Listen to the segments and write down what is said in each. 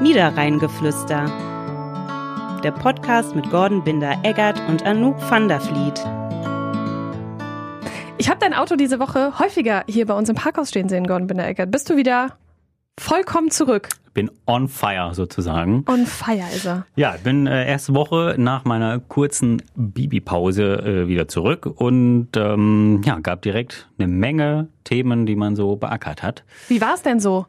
Niederrheingeflüster. Der Podcast mit Gordon Binder-Eggert und Anouk van der Vliet. Ich habe dein Auto diese Woche häufiger hier bei uns im Parkhaus stehen sehen, Gordon Binder-Eggert. Bist du wieder vollkommen zurück? Bin on fire sozusagen. On fire ist er. Ja, ich bin äh, erste Woche nach meiner kurzen Bibi-Pause äh, wieder zurück und ähm, ja, gab direkt eine Menge Themen, die man so beackert hat. Wie war es denn so,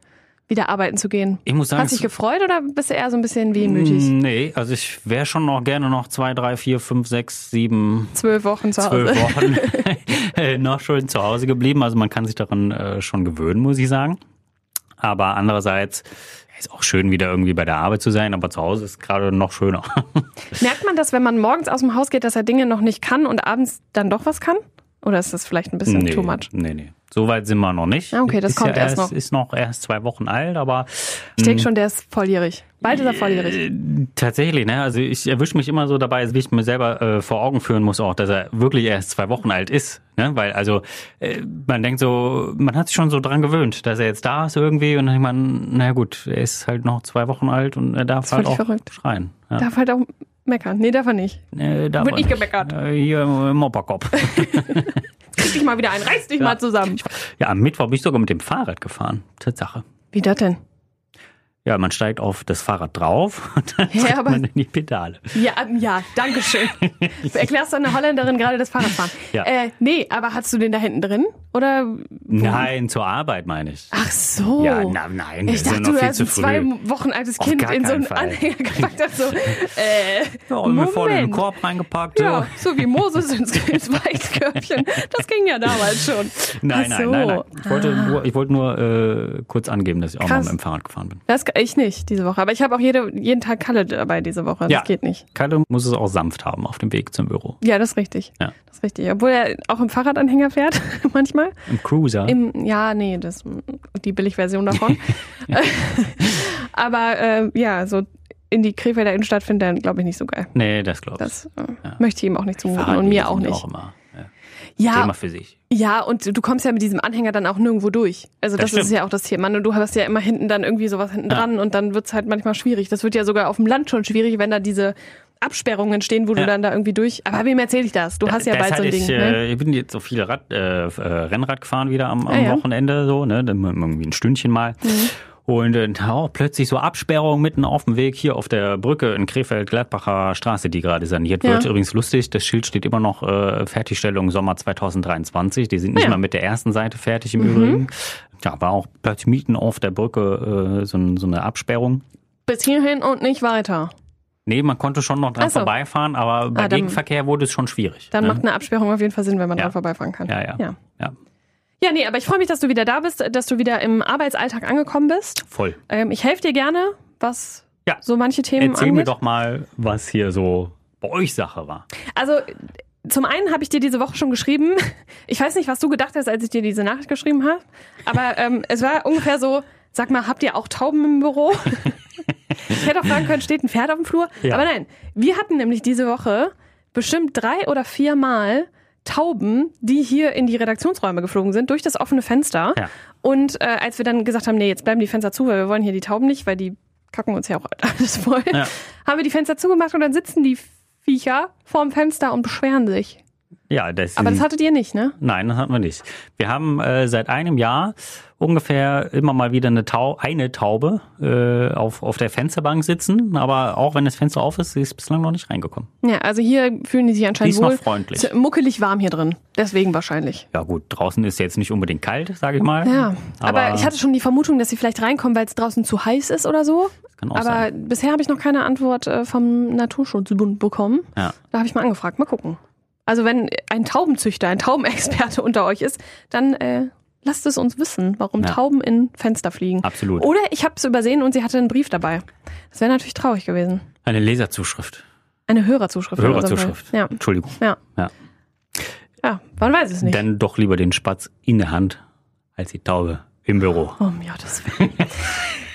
wieder arbeiten zu gehen? Ich muss sagen, Hast du dich es- Mm. gefreut oder bist du eher so ein bisschen wehmütig? Nee, also ich wäre schon noch gerne noch zwei, drei, vier, fünf, sechs, sieben, Zwölf Wochen zu Hause. zwölf Wochen noch schön zu Hause geblieben. Also man kann sich daran äh, schon gewöhnen, muss ich sagen. Aber andererseits ist auch schön, wieder irgendwie bei der Arbeit zu sein, aber zu Hause ist gerade noch schöner. Merkt man das, wenn man morgens aus dem Haus geht, dass er Dinge noch nicht kann und abends dann doch was kann? Oder ist das vielleicht ein bisschen too much? nee, nee. So weit sind wir noch nicht. Ah, okay, das ist kommt ja erst noch. Ist noch erst zwei Wochen alt, aber Ich Mm. denke schon, der ist volljährig. Bald ist er volljährig. Tatsächlich, ne? Also ich erwische mich immer so dabei, wie ich mir selber äh, vor Augen führen muss, auch, dass er wirklich erst zwei Wochen alt ist. Ne? Weil also äh, man denkt so, man hat sich schon so dran gewöhnt, dass er jetzt da ist irgendwie und dann denkt man, na gut, er ist halt noch zwei Wochen alt und er darf ist halt auch völlig verrückt. schreien. Ja. Darf halt auch meckern. Nee, darf er nicht. Äh, darf Wird er nicht gemeckert. Äh, hier im Mopperkopf. Krieg dich mal wieder ein, reiß dich mal zusammen. ja, am Mittwoch bin ich sogar mit dem Fahrrad gefahren. Tatsache. Wie das denn? Ja, man steigt auf das Fahrrad drauf und dann Hä, tritt aber- man in die Pedale. Ja, ähm, ja, danke schön. Du erklärst einer Holländerin gerade das Fahrradfahren. Ja. Äh, nee, aber hast du den da hinten drin? Oder? Nein, zur Arbeit meine ich. Ach so. Ja, na, nein, wir Ich sind dachte, noch du viel hast zu ein zwei früh. Wochen altes Auf Kind gar in so einen keinen Fall. Anhänger gepackt. hast, So, äh, Ja, und mir vorne in den Moment. Korb reingepackt. Ja, so. so wie Moses ins, ins Weißkörbchen. Das ging ja damals schon. Nein, Ach so. Ah. nein, nein, nein. Ich wollte nur, ich wollte nur äh, kurz angeben, dass ich auch Krass. mal mit dem Fahrrad gefahren bin. Das ich nicht diese Woche. Aber ich habe auch jede, jeden Tag Kalle dabei diese Woche. Das Ja. geht nicht. Kalle muss es auch sanft haben auf dem Weg zum Büro. Ja, das ist richtig. Ja. Das ist richtig. Obwohl er auch im Fahrradanhänger fährt, manchmal. Im Cruiser. Im, ja, nee, das die Billigversion davon. Aber äh, ja, so in die Krefelder Innenstadt findet er, glaube ich, nicht so geil. nee, das glaube ich. Das äh, möchte ich ihm auch nicht zumuten Fahrradwege und mir auch sind nicht. Auch immer. Ja. ja, Thema für sich. ja, und du kommst ja mit diesem Anhänger dann auch nirgendwo durch. Also das, Das ist stimmt. ja auch das Thema. Und du hast ja immer hinten dann irgendwie sowas hinten dran und dann wird's halt manchmal schwierig. Das wird ja sogar auf dem Land schon schwierig, wenn da diese Absperrungen stehen, wo du Ja. dann da irgendwie durch. Aber wem erzähle ich das? Du hast ja Deshalb bald so ein ich, Ding. ne? äh, ich bin jetzt so viel Rad, äh, äh, Rennrad gefahren wieder am, am Ah, ja. Mhm. Wochenende, so, ne? Dann irgendwie ein Stündchen mal. Und äh, da auch plötzlich so Absperrung mitten auf dem Weg hier auf der Brücke in Krefeld-Gladbacher Straße, die gerade saniert wird. Ja. Übrigens lustig, das Schild steht immer noch äh, Fertigstellung Sommer 2023. Die sind nicht Ja. Mhm. mal mit der ersten Seite fertig im Übrigen. Ja, war auch plötzlich mitten auf der Brücke äh, so, ein- so eine Absperrung. Bis hierhin und nicht weiter. Nee, man konnte schon noch dran Ach so. vorbeifahren, aber bei Ah, dann- Gegenverkehr wurde es schon schwierig. Dann ne? macht eine Absperrung auf jeden Fall Sinn, wenn man Ja. dran vorbeifahren kann. ja, ja, ja. ja. Ja, nee, aber ich freue mich, dass du wieder da bist, dass du wieder im Arbeitsalltag angekommen bist. Voll. Ähm, ich helfe dir gerne, was Ja. so manche Themen Erzähl mir angeht. doch mal, was hier so bei euch Sache war. Also zum einen habe ich dir diese Woche schon geschrieben. Ich weiß nicht, was du gedacht hast, als ich dir diese Nachricht geschrieben habe, aber ähm, es war ungefähr so, sag mal, habt ihr auch Tauben im Büro? ich hätte auch fragen können, steht ein Pferd auf dem Flur? Ja. Aber nein, wir hatten nämlich diese Woche bestimmt drei oder viermal Tauben, die hier in die Redaktionsräume geflogen sind, durch das offene Fenster. Ja. Und äh, als wir dann gesagt haben, nee, jetzt bleiben die Fenster zu, weil wir wollen hier die Tauben nicht, weil die kacken uns ja auch alles voll, Ja. haben wir die Fenster zugemacht und dann sitzen die Viecher vorm Fenster und beschweren sich. Ja, das Aber das hattet ihr nicht, ne? Nein, das hatten wir nicht. Wir haben äh, seit einem Jahr ungefähr immer mal wieder eine, Tau eine Taube äh, auf, auf der Fensterbank sitzen, aber auch wenn das Fenster auf ist, sie ist bislang noch nicht reingekommen. Ja, also hier fühlen die sich anscheinend Diesmal wohl. freundlich. Ist Muckelig warm hier drin. Deswegen wahrscheinlich. Ja gut, draußen ist jetzt nicht unbedingt kalt, sage ich mal. Ja, aber, ich hatte schon die Vermutung, dass sie vielleicht reinkommen, weil es draußen zu heiß ist oder so. kann auch Aber sein. bisher habe ich noch keine Antwort äh, vom Naturschutzbund bekommen. Ja. Da habe ich mal angefragt. Mal gucken. Also wenn ein Taubenzüchter, ein Taubenexperte unter euch ist, dann äh, lasst es uns wissen, warum Ja. Tauben in Fenster fliegen. Absolut. Oder ich habe es übersehen und sie hatte einen Brief dabei. Das wäre natürlich traurig gewesen. Eine Leserzuschrift. Eine Hörerzuschrift. in unserem Hörerzuschrift. Fall. Ja. Entschuldigung. ja. Ja. Ja, man weiß es nicht. Dann doch lieber den Spatz in der Hand als die Taube im Büro. oh, ja, das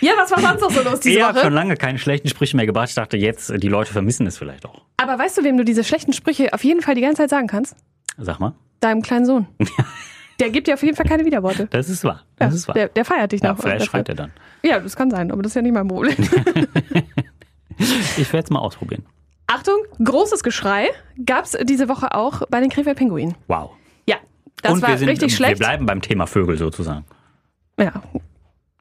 Ja, was war sonst noch so los diese Ich habe Woche? schon lange keine schlechten Sprüche mehr gebracht. Ich dachte jetzt, die Leute vermissen es vielleicht auch. Aber weißt du, wem du diese schlechten Sprüche auf jeden Fall die ganze Zeit sagen kannst? Sag mal. Deinem kleinen Sohn. Der gibt dir auf jeden Fall keine Widerworte. Das ist wahr. Das Ja, ist wahr. Der, der feiert dich ja, nach. vielleicht dafür. schreit er dann. Ja, das kann sein, aber das ist ja nicht mein Problem. Ich werde es mal ausprobieren. Achtung, großes Geschrei gab es diese Woche auch bei den Krefeld Pinguinen. Wow. Ja, das Und war wir sind, richtig schlecht. Wir bleiben beim Thema Vögel sozusagen. Ja,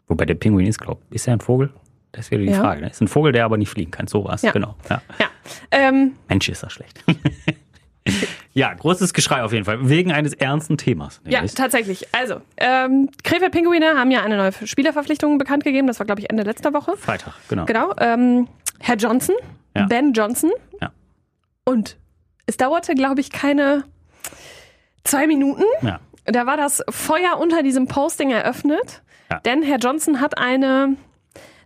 Wobei der Pinguin ist, glaube ich. Ist er ein Vogel? Das wäre die Ja. Frage. Ne? Ist ein Vogel, der aber nicht fliegen kann. So war es. Ja. Genau. Ja. ja. Ähm, Mensch, ist das schlecht. ja, großes Geschrei auf jeden Fall. Wegen eines ernsten Themas. ja nämlich. tatsächlich. Also, ähm, Krefeld Pinguine haben ja eine neue Spielerverpflichtung bekannt gegeben. Das war, glaube ich, Ende letzter Woche. Freitag, genau. Genau. Ähm, Herr Johnson, Ja. Ben Johnson. Ja. Und es dauerte, glaube ich, keine zwei Minuten. Ja. Da war das Feuer unter diesem Posting eröffnet. Ja. Denn Herr Johnson hat eine,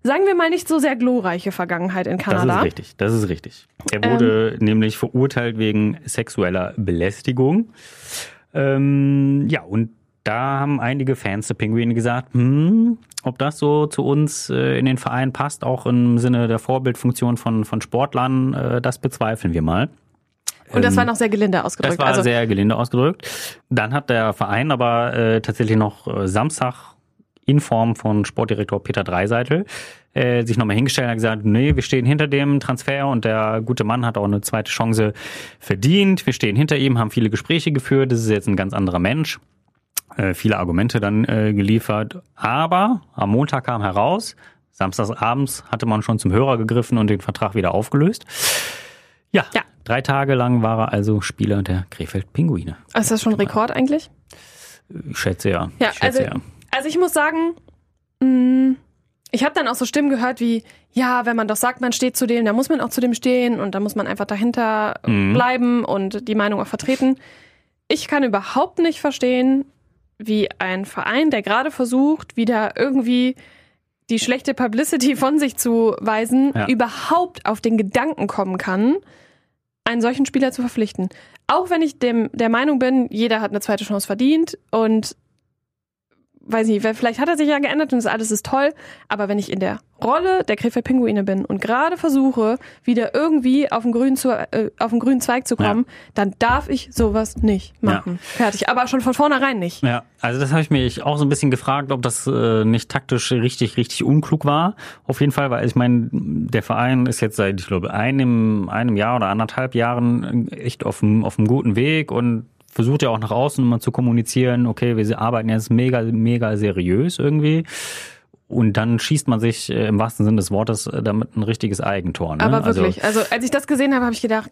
sagen wir mal, nicht so sehr glorreiche Vergangenheit in Das ist Kanada. richtig, das ist richtig. Er wurde nämlich verurteilt wegen sexueller Belästigung. Ähm, ja, und da haben einige Fans der Pinguine gesagt, hm, ob das so zu uns äh, in den Verein passt, auch im Sinne der Vorbildfunktion von, von Sportlern, äh, das bezweifeln wir mal. Und das Ähm, war noch sehr gelinde ausgedrückt. Das war also, sehr gelinde ausgedrückt. Dann hat der Verein aber äh, tatsächlich noch äh, Samstag in Form von Sportdirektor Peter Dreiseitel äh, sich nochmal hingestellt und hat gesagt, nee, wir stehen hinter dem Transfer und der gute Mann hat auch eine zweite Chance verdient. Wir stehen hinter ihm, haben viele Gespräche geführt. Das ist jetzt ein ganz anderer Mensch. Äh, viele Argumente dann äh, geliefert. Aber am Montag kam heraus, samstagsabends hatte man schon zum Hörer gegriffen und den Vertrag wieder aufgelöst. Ja, Ja. drei Tage lang war er also Spieler der Krefeld Pinguine. ist das schon ein Rekord eigentlich? Ich schätze ja. Ja, ich also, schätze ja. also ich muss sagen, mh, ich habe dann auch so Stimmen gehört wie, ja, wenn man doch sagt, man steht zu dem, dann muss man auch zu dem stehen und dann muss man einfach dahinter Mhm. bleiben und die Meinung auch vertreten. Ich kann überhaupt nicht verstehen, wie ein Verein, der gerade versucht, wieder irgendwie die schlechte Publicity von sich zu weisen, Ja. überhaupt auf den Gedanken kommen kann, einen solchen Spieler zu verpflichten. Auch wenn ich dem, der Meinung bin, jeder hat eine zweite Chance verdient und weiß nicht, weil vielleicht hat er sich ja geändert und das alles ist toll, aber wenn ich in der Rolle der Krefeld Pinguine bin und gerade versuche, wieder irgendwie auf den grünen, zu, äh, auf den grünen Zweig zu kommen, dann darf ich sowas nicht machen. Fertig. Aber schon von vornherein nicht. Ja, also das habe ich mich auch so ein bisschen gefragt, ob das äh, nicht taktisch richtig, richtig unklug war. Auf jeden Fall, weil ich meine, der Verein ist jetzt seit, ich glaube, einem, einem Jahr oder anderthalb Jahren echt auf einem auf einem guten Weg und versucht ja auch nach außen immer zu kommunizieren, okay, wir arbeiten jetzt mega, mega seriös irgendwie. Und dann schießt man sich äh, im wahrsten Sinne des Wortes äh, damit ein richtiges Eigentor. Ne? Aber Also- wirklich. Also, als ich das gesehen habe, habe ich gedacht,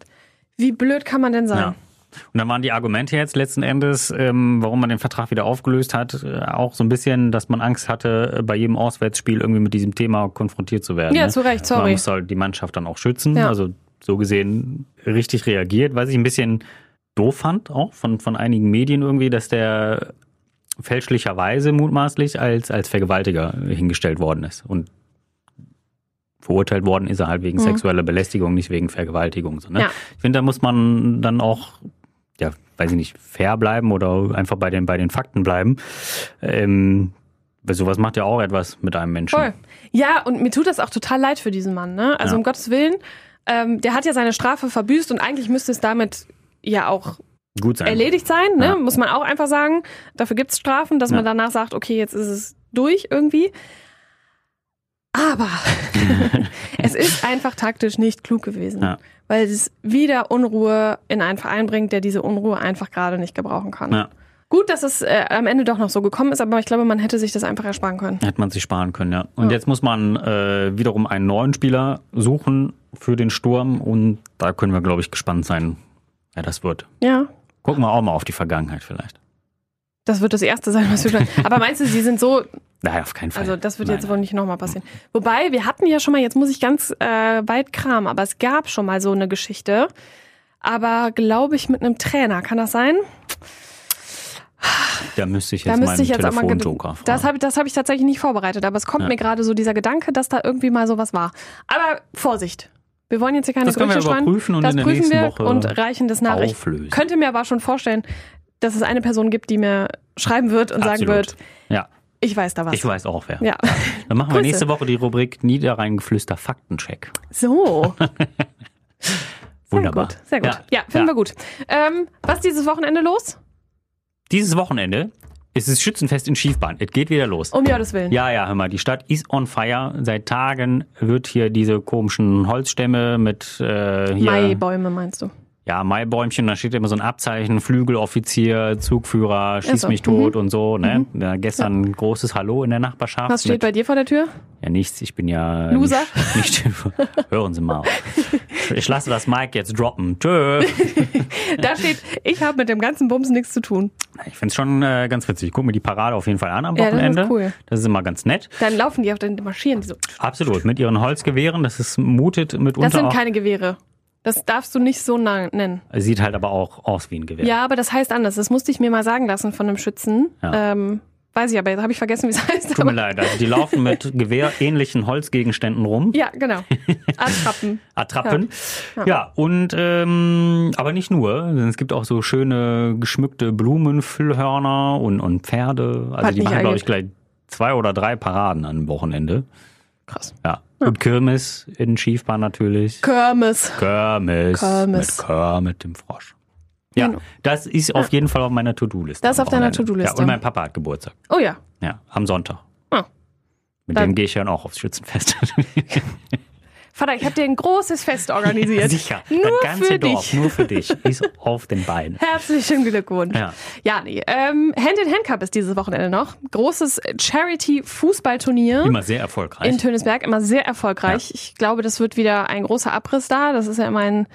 wie blöd kann man denn sein? Also, Ja. Und dann waren die Argumente jetzt letzten Endes, ähm, warum man den Vertrag wieder aufgelöst hat, äh, auch so ein bisschen, dass man Angst hatte, äh, bei jedem Auswärtsspiel irgendwie mit diesem Thema konfrontiert zu werden. Ja, ne? zu Recht, Man sorry. muss halt die Mannschaft dann auch schützen. Ja. Also so gesehen richtig reagiert, was ich ein bisschen doof fand, auch von, von einigen Medien irgendwie, dass der fälschlicherweise mutmaßlich als, als Vergewaltiger hingestellt worden ist. Und verurteilt worden ist er halt wegen sexueller Belästigung, nicht wegen Vergewaltigung. So, ne? Mhm. Ja. Ich finde, da muss man dann auch, ja, weiß ich nicht, fair bleiben oder einfach bei den, bei den Fakten bleiben. Ähm, weil sowas macht ja auch etwas mit einem Menschen. Voll. Ja, und mir tut das auch total leid für diesen Mann. Ne? Also Ja. um Gottes Willen, ähm, der hat ja seine Strafe verbüßt und eigentlich müsste es damit ja auch Gut sein. erledigt sein, ne? Ja. muss man auch einfach sagen. Dafür gibt's Strafen, dass Ja. man danach sagt, okay, jetzt ist es durch irgendwie. Aber es ist einfach taktisch nicht klug gewesen, Ja. weil es wieder Unruhe in einen Verein bringt, der diese Unruhe einfach gerade nicht gebrauchen kann. Ja. Gut, dass es äh, am Ende doch noch so gekommen ist, aber ich glaube, man hätte sich das einfach ersparen können. Hätte man sich sparen können, ja. Und Ja. jetzt muss man äh, wiederum einen neuen Spieler suchen für den Sturm und da können wir, glaube ich, gespannt sein, wer das wird. Ja, Gucken wir auch mal auf die Vergangenheit vielleicht. Das wird das Erste sein, was wir dann. Aber meinst du, sie sind so, Nein, auf keinen Fall. also das wird Nein, jetzt wohl nicht nochmal passieren. Wobei, wir hatten ja schon mal, jetzt muss ich ganz äh, weit kramen, aber es gab schon mal so eine Geschichte. Aber glaube ich mit einem Trainer, kann das sein? Da müsste ich Da jetzt müsste meinen ich jetzt auch mal. ge- Telefonjoker fragen. Das habe das hab ich tatsächlich nicht vorbereitet, aber es kommt Ja. mir gerade so dieser Gedanke, dass da irgendwie mal sowas war. Aber Vorsicht, wir wollen jetzt hier keine Das können wir Gerüchte streuen. überprüfen und Das in der prüfen nächsten wir Woche und reichen das nach. Ich auflösen. könnte mir aber schon vorstellen, dass es eine Person gibt, die mir schreiben wird und sagen Absolut. wird, Ja, ich weiß da was. ich weiß auch wer. Ja. Dann machen wir Grüße. nächste Woche die Rubrik Niederrheingeflüster Faktencheck. So. Wunderbar. Sehr gut. Sehr gut. Ja, finden wir gut. Ähm, was ist dieses Wochenende los? Dieses Wochenende Es ist Schützenfest in Schiefbahn. Es geht wieder los. Um Gottes Willen. Ja, ja, hör mal, die Stadt ist on fire. Seit Tagen wird hier diese komischen Holzstämme mit äh, hier, Maibäume meinst du? ja, Maibäumchen, da steht immer so ein Abzeichen, Flügeloffizier, Zugführer, schieß so, mich tot und so. Ne? Ja, gestern ein großes Hallo in der Nachbarschaft. Mhm. Was steht mit, bei dir vor der Tür? ja, nichts, ich bin ja Loser. Nicht, nicht, hören Sie mal. Ich lasse das Mike jetzt droppen. Tschö. Da steht, ich habe mit dem ganzen Bums nichts zu tun. Ich find's schon äh, ganz witzig. Ich gucke mir die Parade auf jeden Fall an am Ja, das ist Wochenende. cool. das ist immer ganz nett. Dann laufen die auf den Marschieren. Die so. Absolut, mit ihren Holzgewehren, das ist mutet mitunter Das sind auch. keine Gewehre. Das darfst du nicht so na- nennen. Sieht halt aber auch aus wie ein Gewehr. Ja. aber das heißt anders. Das musste ich mir mal sagen lassen von einem Schützen. Ja. Ähm, weiß ich aber, jetzt habe ich vergessen, wie es heißt. Tut mir aber, leid, also die laufen mit gewehrähnlichen Holzgegenständen rum, Ja, genau. Attrappen. Attrappen. Ja, und ähm, aber nicht nur. Es gibt auch so schöne geschmückte Blumenfüllhörner und, und Pferde. Also Hat die mich machen, glaube ich, eigentlich- gleich zwei oder drei Paraden am Wochenende. Krass. Ja. Und Kirmes in Schiefbahn natürlich. Kirmes. Kermes. Kermes. Mit Kermit dem Frosch. Ja, Genau. das ist auf jeden Fall auf meiner To-Do-Liste. Das ist am auf deiner Wochenende. To-Do-Liste. Ja, und mein Papa hat Geburtstag. Oh ja. Ja, am Sonntag. Ah. Mit Dann- dem gehe ich dann auch aufs Schützenfest. Vater, ich habe dir ein großes Fest organisiert. Sicher. das Nur ganze für Dorf, dich. nur für dich, ist auf den Beinen. Herzlichen Glückwunsch. Ja. ja nee. Ähm, Hand in Hand Cup ist dieses Wochenende noch. Großes Charity-Fußballturnier. Immer sehr erfolgreich. In Tönisberg immer sehr erfolgreich. Ich glaube, das wird wieder ein großer Abriss da. Das ist ja immer ein,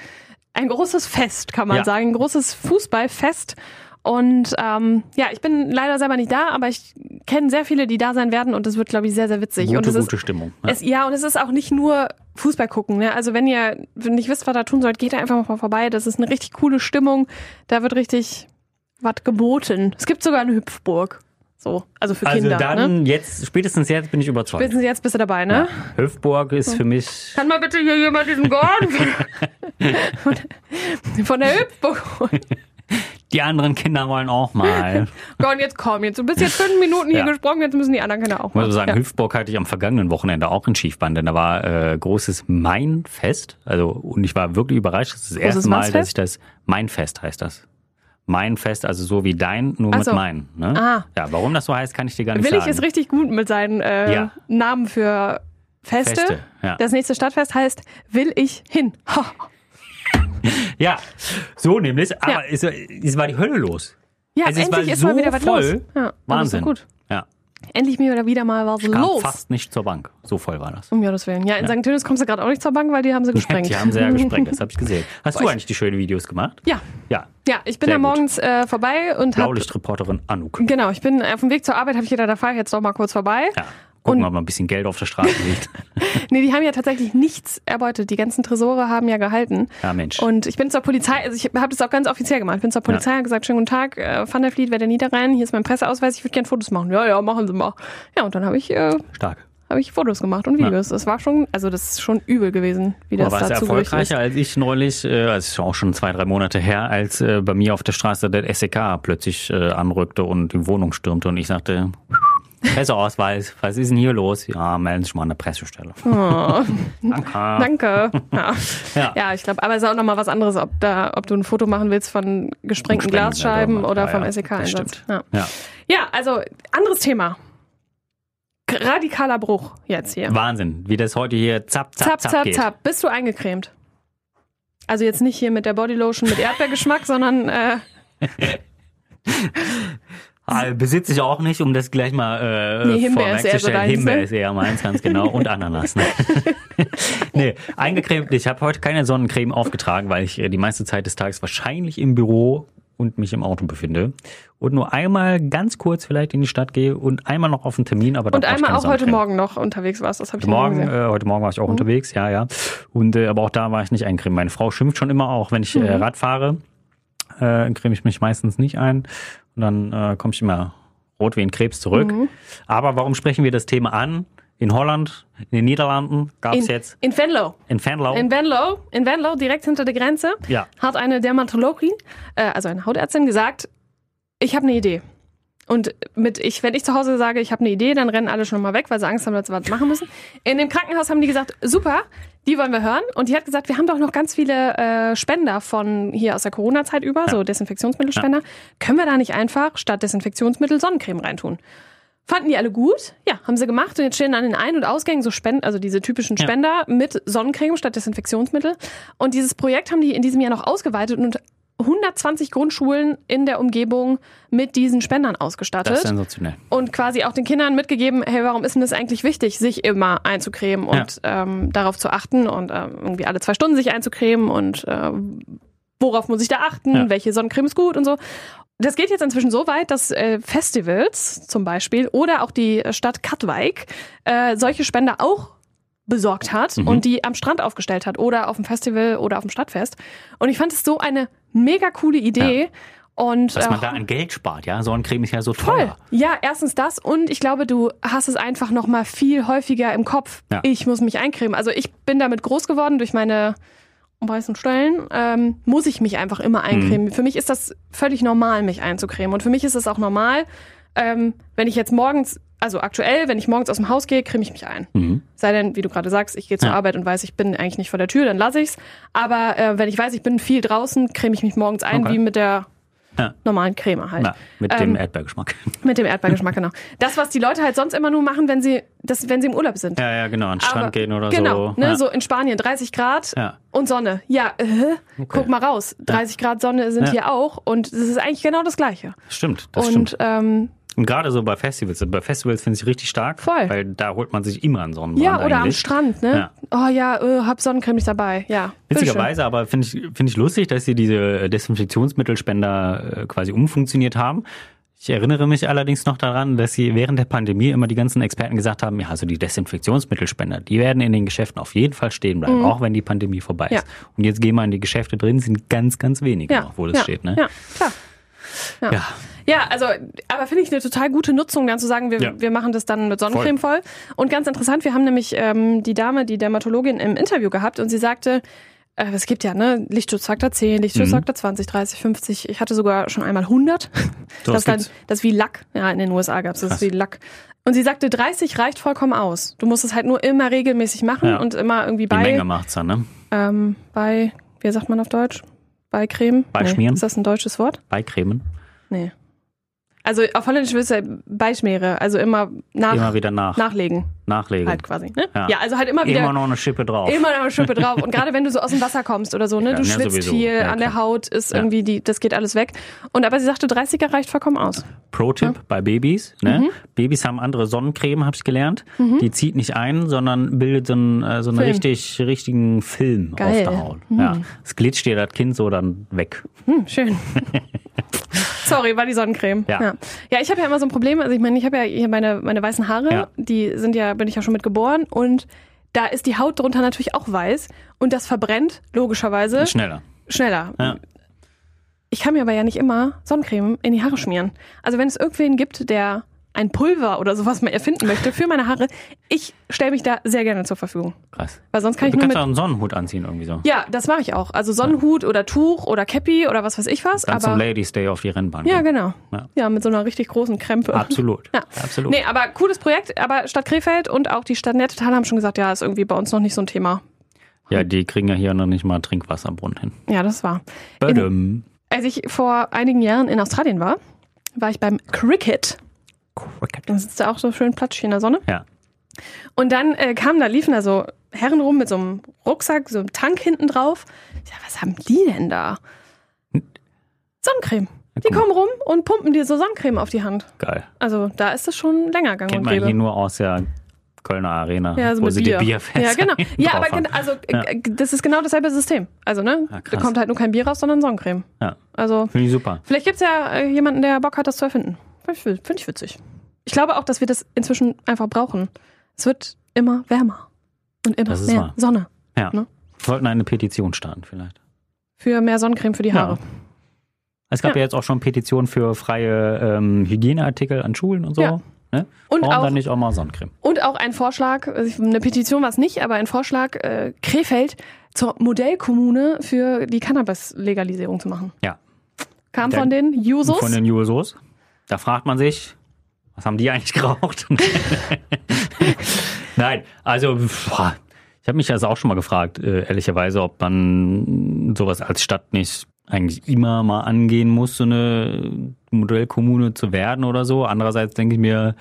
ein großes Fest, kann man Ja. sagen. Ein großes Fußballfest. Und ähm, ja, ich bin leider selber nicht da, aber ich kenne sehr viele, die da sein werden und das wird, glaube ich, sehr, sehr witzig. gute, und es gute ist, Stimmung. ne? Ja. es, ja, und es ist auch nicht nur Fußball gucken. Ne? Also wenn ihr nicht wisst, was da tun sollt, geht da einfach mal vorbei. Das ist eine richtig coole Stimmung. Da wird richtig was geboten. Es gibt sogar eine Hüpfburg. So, also für also Kinder. ne? dann, jetzt, spätestens jetzt bin ich überzeugt. Wissen Sie, jetzt bist du dabei, ne? Höfburg ist für mich, Kann mal bitte hier jemand diesen Gorn von, von der Hüpfburg holen? die anderen Kinder wollen auch mal. Gorn, jetzt komm jetzt. Du bist jetzt fünf Minuten hier Ja. gesprungen, jetzt müssen die anderen Kinder auch Ich muss aber sagen, Ja. Hüpfburg hatte ich am vergangenen Wochenende auch in Schiefbahn, denn da war äh, großes Mainfest. Also, und ich war wirklich überrascht. Das ist das Großes erste Mal, was dass ich das Mainfest heißt das. Mainfest, also so wie dein, nur Ach mit so. Main. Ne? Ah. Ja, warum das so heißt, kann ich dir gar nicht Willig sagen. ist richtig gut mit seinen äh, Ja. Namen für Feste. Feste, ja. Das nächste Stadtfest heißt Will ich hin. Ha. ja, so nämlich. Aber Ja. es, es war die Hölle los. Ja, Also es endlich war ist so mal wieder was voll. los. Ja, das ist Wahnsinn. doch gut. Ja, Endlich mir wieder wieder mal was kam los. fast nicht zur Bank. So voll war das. Um Gottes Willen. Ja, in St. Tönis kommst du gerade auch nicht zur Bank, weil die haben sie gesprengt. Die haben sehr gesprengt, das habe ich gesehen. Hast du eigentlich die schönen Videos gemacht? ja. Ja. ja, ich bin Sehr da gut. morgens äh, vorbei und habe Blaulichtreporterin Anouk. Genau, ich bin auf dem Weg zur Arbeit, habe ich gedacht, da fahre ich jetzt doch mal kurz vorbei. Ja. Gucken, Und- ob mal ein bisschen Geld auf der Straße liegt. Nee, die haben ja tatsächlich nichts erbeutet. Die ganzen Tresore haben ja gehalten. Ja, Mensch. Und ich bin zur Polizei, also ich habe das auch ganz offiziell gemacht. Ich bin zur Polizei und hab gesagt, schönen guten Tag, äh, Van der Vliet, wer der Niederrhein, hier ist mein Presseausweis, ich würde gerne Fotos machen. Ja, ja, machen Sie mal. Ja, und dann habe ich, äh, Stark. hab ich Fotos gemacht und Videos. Das war schon, also das ist schon übel gewesen, wie das Aber Oh, war es da zugerichtet ist. erfolgreicher als ich neulich, äh, also ist auch schon zwei, drei Monate her, als äh, bei mir auf der Straße der SEK plötzlich äh, anrückte und die Wohnung stürmte und ich sagte, Presseausweis, was ist denn hier los? Ja, melden Sie sich mal an der Pressestelle. Danke. Oh. Danke. Ja, Ja. ja. ich glaube, aber es ist auch nochmal was anderes, ob, da, ob du ein Foto machen willst von gesprengten Von gesprengten Glasscheiben Glasscheiben, oder ja, vom ja, das SEK-Einsatz. stimmt. Ja. Ja, ja, also anderes Thema. Radikaler Bruch jetzt hier. Wahnsinn, wie das heute hier zapp, zapp, zapp, Zap, zap, geht. zap. Bist du eingecremt? Also jetzt nicht hier mit der Bodylotion mit Erdbeergeschmack, sondern äh, Ah, besitze ich auch nicht, um das gleich mal äh, Nee, Himbeer ist eher so vorwegzustellen. deins, Himbeer ne? ist eher meins, ganz genau. Und Ananas. Ne? nee, eingecremt. Ich habe heute keine Sonnencreme aufgetragen, weil ich äh, die meiste Zeit des Tages wahrscheinlich im Büro und mich im Auto befinde. Und nur einmal ganz kurz vielleicht in die Stadt gehe und einmal noch auf einen Termin, aber dann und brauch ich einmal keine auch heute Sonnencreme. Morgen noch unterwegs warst. Das habe ich Heute Morgen, gesehen. äh, heute Morgen war ich Mhm. auch unterwegs, ja, ja. Und äh, aber auch da war ich nicht eincremen. Meine Frau schimpft schon immer auch, wenn ich äh, Mhm. Rad fahre, äh, creme ich mich meistens nicht ein. Und dann äh, komme ich immer rot wie ein Krebs zurück. Mhm. Aber warum sprechen wir das Thema an? In Holland, in den Niederlanden gab In, es jetzt in Venlo. in Venlo. In Venlo, in Venlo, direkt hinter der Grenze, Ja. hat eine Dermatologin, äh, also eine Hautärztin, gesagt, ich habe eine Idee. Und mit ich, wenn ich zu Hause sage, ich habe eine Idee, dann rennen alle schon mal weg, weil sie Angst haben, dass sie was machen müssen. In dem Krankenhaus haben die gesagt, super, die wollen wir hören. Und die hat gesagt, wir haben doch noch ganz viele äh, Spender von hier aus der Corona-Zeit über, so Desinfektionsmittelspender. Können wir da nicht einfach statt Desinfektionsmittel Sonnencreme reintun? Fanden die alle gut? Ja, haben sie gemacht. Und jetzt stehen an den Ein- und Ausgängen so Spenden, also diese typischen Ja. Spender mit Sonnencreme statt Desinfektionsmittel. Und dieses Projekt haben die in diesem Jahr noch ausgeweitet und 120 Grundschulen in der Umgebung mit diesen Spendern Das ist ausgestattet sensationell. und quasi auch den Kindern mitgegeben, hey, warum ist denn das eigentlich wichtig, sich immer einzucremen und ähm, darauf zu achten und ähm, irgendwie alle zwei Stunden sich einzucremen und ähm, worauf muss ich da achten, Ja. welche Sonnencreme ist gut und so. Das geht jetzt inzwischen so weit, dass äh, Festivals zum Beispiel oder auch die Stadt Katwijk äh, solche Spender auch besorgt hat Mhm. und die am Strand aufgestellt hat oder auf dem Festival oder auf dem Stadtfest. Und ich fand es so eine mega coole Idee. Und Was äh, man da an Geld spart, ja? Sonnencreme ist ja so Voll. teuer. Ja, erstens das und ich glaube, du hast es einfach noch mal viel häufiger im Kopf. Ja. Ich muss mich eincremen. Also ich bin damit groß geworden durch meine weißen Stellen. Ähm, muss ich mich einfach immer eincremen. Mhm. Für mich ist das völlig normal, mich einzucremen. Und für mich ist es auch normal, ähm, wenn ich jetzt morgens, also aktuell, wenn ich morgens aus dem Haus gehe, creme ich mich ein. Mhm. Sei denn, wie du gerade sagst, ich gehe zur Ja. Arbeit und weiß, ich bin eigentlich nicht vor der Tür, dann lasse ich's. Aber äh, wenn ich weiß, ich bin viel draußen, creme ich mich morgens ein, Okay. wie mit der Ja. normalen Creme halt. Ja, mit Ähm, dem Erdbeergeschmack. Mit dem Erdbeergeschmack, genau. Das, was die Leute halt sonst immer nur machen, wenn sie, das, wenn sie im Urlaub sind. Ja, ja, genau. An den Strand Aber- gehen oder genau, so. Ne, ja. So in Spanien, 30 Grad Ja. und Sonne. Ja, äh, guck mal raus. 30 Grad Sonne sind Ja. hier auch und es ist eigentlich genau das Gleiche. Stimmt, das und stimmt. Ähm, Und gerade so bei Festivals. Bei Festivals finde ich richtig stark, Voll. weil da holt man sich immer einen Sonnenbrand ja, oder am eigentlich. Strand, ne? Oh ja, äh, hab Sonnencreme nicht dabei. Ja. bitteschön. Witzigerweise aber finde ich, finde ich lustig, dass sie diese Desinfektionsmittelspender äh, quasi umfunktioniert haben. Ich erinnere mich allerdings noch daran, dass sie während der Pandemie immer die ganzen Experten gesagt haben, ja, also die Desinfektionsmittelspender, die werden in den Geschäften auf jeden Fall stehen bleiben, Mhm. auch wenn die Pandemie vorbei ist. Und jetzt gehen wir in die Geschäfte drin, sind ganz, ganz wenige Ja. noch, wo das ja. steht. Ne? Ja, klar. Ja. Ja. Ja, also, aber finde ich eine total gute Nutzung, dann zu sagen, wir, Ja. wir machen das dann mit Sonnencreme voll. Und ganz interessant, wir haben nämlich ähm, die Dame, die Dermatologin im Interview gehabt und sie sagte, äh, es gibt ja, ne, Lichtschutzfaktor 10, Mhm. Lichtschutzfaktor 20, 30, 50. Ich hatte sogar schon einmal 100. So, das, was dann, gibt's? das ist wie Lack. Ja, in den USA gab's das, das ist wie Lack. Und sie sagte, 30 reicht vollkommen aus. Du musst es halt nur immer regelmäßig machen Ja. und immer irgendwie Die bei, Menge macht's dann, ne? ähm, bei, wie sagt man auf Deutsch? Bei Creme? Beischmieren? Ist das ein deutsches Wort? Bei Cremen. Nee. Also auf Holländisch willst du ja Beischmiere, also immer, nach, immer wieder nach. nachlegen, nachlegen. halt quasi. Ne? Ja. Ja. also halt immer wieder immer noch eine Schippe drauf. immer noch eine Schippe drauf. Und gerade wenn du so aus dem Wasser kommst oder so, ne, Ja, du ne, schwitzt sowieso. viel, Ja, an der klar. Haut ist Ja. irgendwie die, das geht alles weg. Und aber sie sagte, 30er reicht vollkommen aus. Pro-Tipp Mhm. bei Babys. Ne? Babys haben andere Sonnencreme, habe ich gelernt. Die zieht nicht ein, sondern bildet so einen, äh, so einen Mhm. Film. richtig, richtigen Film auf Geil. Mhm. der Haut. Ja. Es glitscht dir das Kind so dann weg. Hm, schön. Sorry, war die Sonnencreme. Ja. ja. Ja, ich habe ja immer so ein Problem. Also ich meine, ich habe ja hier meine, meine weißen Haare, Ja. die sind ja, bin ich ja schon mit geboren und da ist die Haut drunter natürlich auch weiß und das verbrennt logischerweise Schneller. schneller. Ja. Ich kann mir aber ja nicht immer Sonnencreme in die Haare schmieren. Also wenn es irgendwen gibt, der ein Pulver oder sowas mal erfinden möchte für meine Haare, ich stelle mich da sehr gerne zur Verfügung. Krass. Weil sonst kann ich Du nur kannst mit... auch einen Sonnenhut anziehen irgendwie so. Ja, das mache ich auch. Also Sonnenhut oder Tuch oder Cappy oder was weiß ich was. Dann zum aber Ladies Day auf die Rennbahn. ja, gehen. genau. Ja. Ja. mit so einer richtig großen Krempe. Absolut. Ja. Absolut. Nee, aber cooles Projekt. Aber Stadt Krefeld und auch die Stadt Nettetal haben schon gesagt, ja, ist irgendwie bei uns noch nicht so ein Thema. Ja, die kriegen ja hier noch nicht mal Trinkwasserbrunnen hin. Ja, das war. Badum. Als ich vor einigen Jahren in Australien war, war ich beim Cricket. Cricket. Dann sitzt da auch so schön platschig in der Sonne. Ja. Und dann äh, kamen da, liefen da so Herren rum mit so einem Rucksack, so einem Tank hinten drauf. Ich sag, was haben die denn da? Sonnencreme. Die guck mal. kommen rum und pumpen dir so Sonnencreme auf die Hand. Geil. Also da ist es schon länger gang Kennt und man hier gäbe. nur aus der Kölner Arena, Ja, so wo mit sie Bier. die Bierfässer Ja, genau. hinten Ja, drauf aber haben. gen- also Ja. äh, das ist genau dasselbe System. Also, ne? Ah, da krass. kommt halt nur kein Bier raus, sondern Sonnencreme. Ja. Also, Finde ich super. vielleicht gibt's ja äh, jemanden, der Bock hat, das zu erfinden. Finde ich, find ich witzig. Ich glaube auch, dass wir das inzwischen einfach brauchen. Es wird immer wärmer. Und immer Das ist mehr wahr. Sonne. Ja. Ne? Wir sollten eine Petition starten vielleicht. Für mehr Sonnencreme für die Haare. Ja. Es gab ja. jetzt auch schon Petitionen für freie ähm, Hygieneartikel an Schulen und so. Ja. Ne? Und Warum auch- dann nicht auch mal Sonnencreme? Und auch ein Vorschlag, also ich- eine Petition war es nicht, aber ein Vorschlag, äh, Krefeld zur Modellkommune für die Cannabis-Legalisierung zu machen. Ja. Kam Dann- von den Jusos. Von den Jusos. Da fragt man sich, was haben die eigentlich geraucht? Nein, also boah, ich habe mich das auch schon mal gefragt, äh, ehrlicherweise, ob man sowas als Stadt nicht eigentlich immer mal angehen muss, so eine Modellkommune zu werden oder so. Andererseits denke ich mir,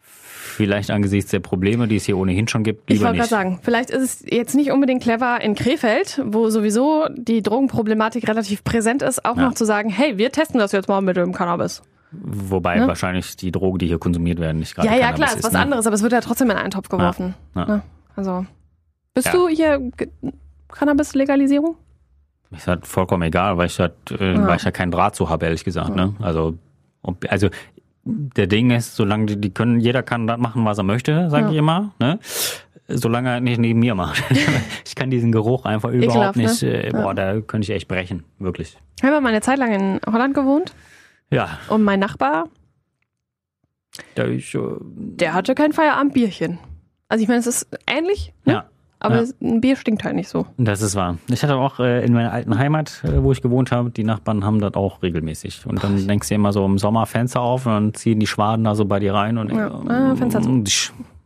vielleicht angesichts der Probleme, die es hier ohnehin schon gibt, Ich lieber wollte gerade nicht. sagen, vielleicht ist es jetzt nicht unbedingt clever in Krefeld, wo sowieso die Drogenproblematik relativ präsent ist, auch Ja. noch zu sagen, hey, wir testen das jetzt mal mit dem Cannabis. Wobei Ne? wahrscheinlich die Drogen, die hier konsumiert werden, nicht gerade ja, ja, Cannabis klar, ist was ne? anderes, aber es wird ja trotzdem in einen Topf geworfen. Ja. Ne? Also, bist Ja. du hier Ge- Cannabis-Legalisierung? Ist halt vollkommen egal, weil ich, halt, äh, Ja. weil ich da keinen Draht zu habe, ehrlich gesagt. Ne? Also, ob, also der Ding ist, solange die, die können, jeder kann das machen, was er möchte, sage Ja. ich immer. Ne? Solange er nicht neben mir macht. ich kann diesen Geruch einfach Ekelhaft, überhaupt ne? nicht. Äh, boah, da könnte ich echt brechen, wirklich. Ich habe mal eine Zeit lang in Holland gewohnt Ja, und mein Nachbar, da ich, äh, der hatte kein Feierabendbierchen. Also ich meine, es ist ähnlich, ne? ja. aber ja. es- ein Bier stinkt halt nicht so. Das ist wahr. Ich hatte auch äh, in meiner alten Heimat, äh, wo ich gewohnt habe, die Nachbarn haben das auch regelmäßig. Und dann denkst du dir immer so im Sommer Fenster auf und dann ziehen die Schwaden da so bei dir rein und mm, Ja, ah, Fenster zu.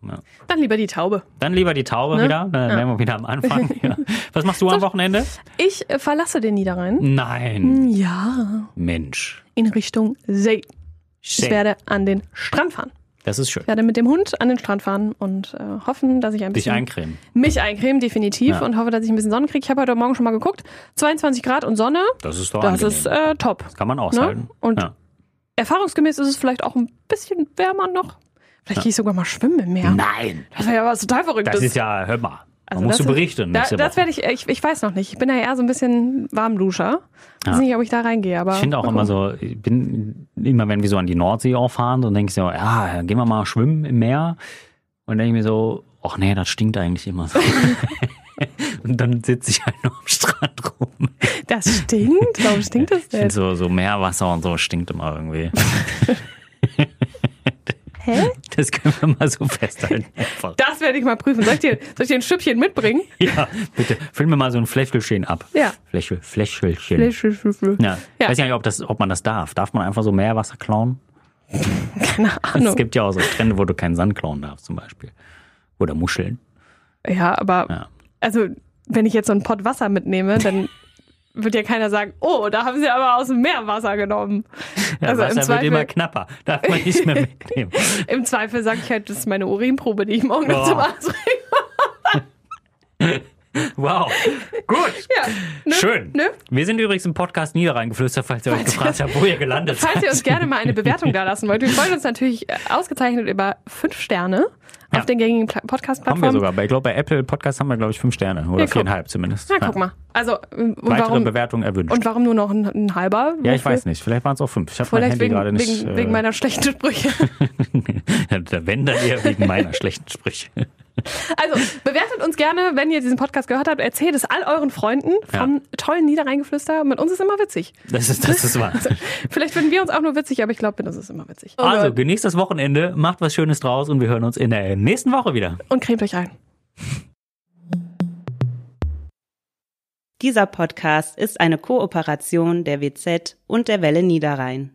Ja. Dann lieber die Taube. Dann lieber die Taube Ne? wieder, dann wären wir wieder am Anfang. Ja. Was machst du am Wochenende? Ich äh, verlasse den Niederrhein. Nein, Hm. Ja, Mensch. in Richtung See. Ich Shame. werde an den Strand fahren. Das ist schön. Ich werde mit dem Hund an den Strand fahren und äh, hoffen, dass ich ein Dich bisschen eincremen. mich eincremen, definitiv, Ja. und hoffe, dass ich ein bisschen Sonne kriege. Ich habe heute Morgen schon mal geguckt. 22 Grad und Sonne, Das ist doch das angenehm. ist äh, top. Kann man aushalten. ne? Und- ja. Erfahrungsgemäß ist es vielleicht auch ein bisschen wärmer noch. Vielleicht gehe ich sogar mal schwimmen im Meer. Nein, Das wäre ja was total Verrücktes. das ist ja, hör mal. Da Also musst das du ist- berichten. Da, nächste das Woche. werde ich, ich, ich weiß noch nicht. Ich bin ja eher so ein bisschen Warmduscher. Ich weiß Ja. nicht, ob ich da reingehe, aber. Ich finde auch mal immer gucken. so, ich bin immer, wenn wir so an die Nordsee auch fahren, dann denke ich so, ja, gehen wir mal schwimmen im Meer. Und denke ich mir so, ach nee, das stinkt eigentlich immer so. Und dann sitze ich halt nur am Strand rum. Das stinkt? Warum stinkt das Ich denn? finde so, so Meerwasser und so stinkt immer irgendwie. Hä? Das können wir mal so festhalten. Einfach. Das werde ich mal prüfen. Soll ich dir, soll ich dir ein Stückchen mitbringen? Ja, bitte, füll mir mal so ein Fläschelchen ab. Ja. Fläschel, Fläschelchen. Ja. ja. Ich weiß ja nicht, ob, das, ob man das darf. Darf man einfach so Meerwasser klauen? Keine Es Ahnung. gibt ja auch so Strände, wo du keinen Sand klauen darfst zum Beispiel. Oder Muscheln. Ja, aber Ja. also wenn ich jetzt so einen Pott Wasser mitnehme, dann wird ja keiner sagen, oh, da haben sie aber aus dem Meer Wasser genommen. Ja, Also im Wasser wird Zweifel- immer knapper. Darf man nicht mehr mitnehmen. Im Zweifel sage ich halt, das ist meine Urinprobe, die ich morgen noch Boah. zum Arzt bringe. Wow. Gut. Ja, ne? Schön. Ne? Wir sind übrigens im Podcast Niederreingeflüstert, falls ihr euch Falls ihr- gefragt habt, wo ihr gelandet seid. Falls ihr uns gerne mal eine Bewertung da lassen wollt, wir freuen uns natürlich äh, ausgezeichnet über fünf Sterne Ja. auf den gängigen Pla- Haben wir Podcast-Plattformen. sogar. Bei, ich glaube, bei Apple Podcast haben wir, glaube ich, fünf Sterne oder Ja, guck. viereinhalb zumindest. Na, guck mal. Also, äh, und Weitere warum, Bewertungen erwünscht. und warum nur noch ein, ein halber? ja, ich weiß nicht. Vielleicht waren es auch fünf. Ich habe mein Vielleicht Handy wegen, gerade nicht. äh, wegen, wegen meiner schlechten Sprüche. meiner Wenn dann eher wegen meiner schlechten Sprüche. Also bewertet uns gerne, wenn ihr diesen Podcast gehört habt. Erzählt es all euren Freunden vom tollen Niederreingeflüster. Mit uns ist immer witzig. Das ist, das ist wahr. Oh Vielleicht finden wir uns auch nur witzig, aber ich glaube, mit uns ist immer witzig. Also, genießt das Wochenende, macht was Schönes draus und wir hören uns in der nächsten Woche wieder. Und cremt euch ein. Dieser Podcast ist eine Kooperation der WZ und der Welle Niederrhein.